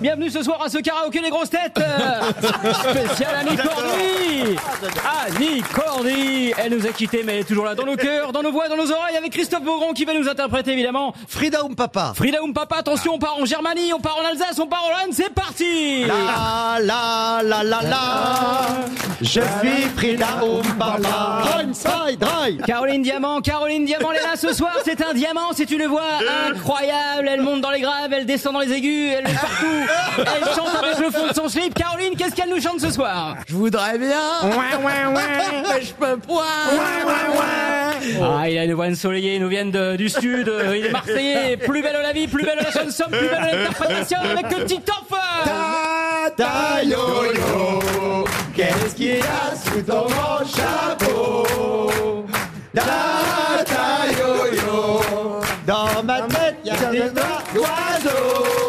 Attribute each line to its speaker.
Speaker 1: Bienvenue ce soir à ce karaoké des grosses têtes euh, spécial Annie Cordy. Annie Cordy, elle nous a quittés mais elle est toujours là dans nos cœurs, dans nos voix, dans nos oreilles avec Christophe Beaugrand qui va nous interpréter évidemment.
Speaker 2: Frida ou papa
Speaker 1: Frida Papa, attention, on part en Germanie, on part en Alsace, on part en Hollande, c'est parti.
Speaker 2: La la la la la Je suis Frida ou papa Ein, zwei, drei
Speaker 1: Caroline Diamant, Caroline Diamant, elle est là ce soir, c'est un diamant, c'est une voix incroyable, elle monte dans les graves, elle descend dans les aigus, elle est partout, elle chante avec le fond de son slip. Caroline, qu'est-ce qu'elle nous chante ce soir
Speaker 3: Je voudrais bien. Mais je peux pas.
Speaker 1: Ah, il a une voix ensoleillée, ils nous viennent de- du sud, euh, il est marseillais, plus belle la vie, plus belle la chanson, plus belle l'interprétation avec le petit enfant
Speaker 2: Ta yo yo Qu'est-ce qu'il y a sous ton grand chapeau Da ta yo yo Dans ma tête, y'a des doigts d'oiseau